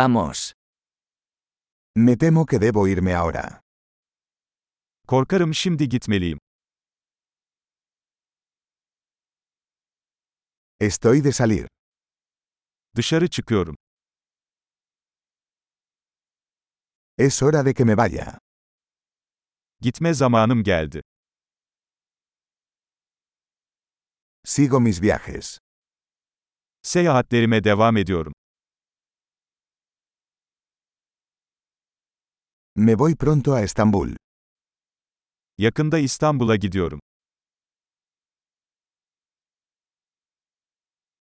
Vamos. Me temo que debo irme ahora. Korkarım şimdi gitmeliyim. Estoy de salir. Dışarı çıkıyorum. Es hora de que me vaya. Gitme zamanım geldi. Sigo mis viajes. Seyahatlerime devam ediyorum. Me voy pronto a Estambul. Yakında İstanbul'a gidiyorum.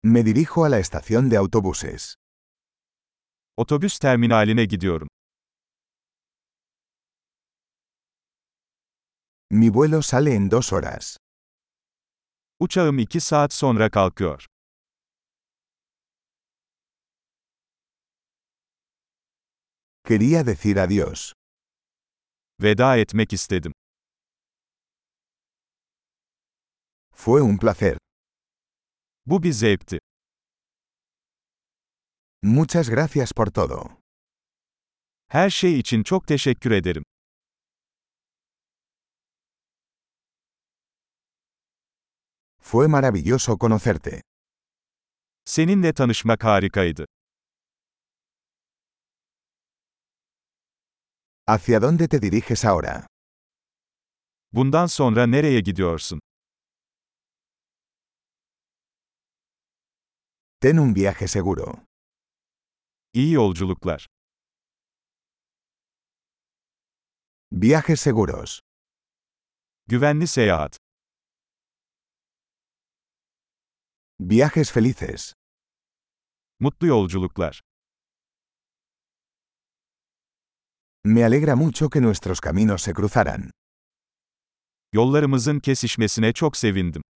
Me dirijo a la estación de autobuses. Otobüs terminaline gidiyorum. Mi vuelo sale en dos horas. Uçağım 2 saat sonra kalkıyor. Quería decir adiós. Veda etmek istedim. Fue un placer. Bu bir zevkti. Muchas gracias por todo. Her şey için çok teşekkür ederim. Fue maravilloso conocerte. Seninle tanışmak harikaydı. ¿Hacia dónde te diriges ahora? Bundan sonra nereye gidiyorsun? Ten un viaje seguro. İyi yolculuklar. Viajes seguros. Güvenli seyahat. Viajes felices. Mutlu yolculuklar. Me alegra mucho que nuestros caminos se cruzaran. Yollarımızın kesişmesine çok sevindim.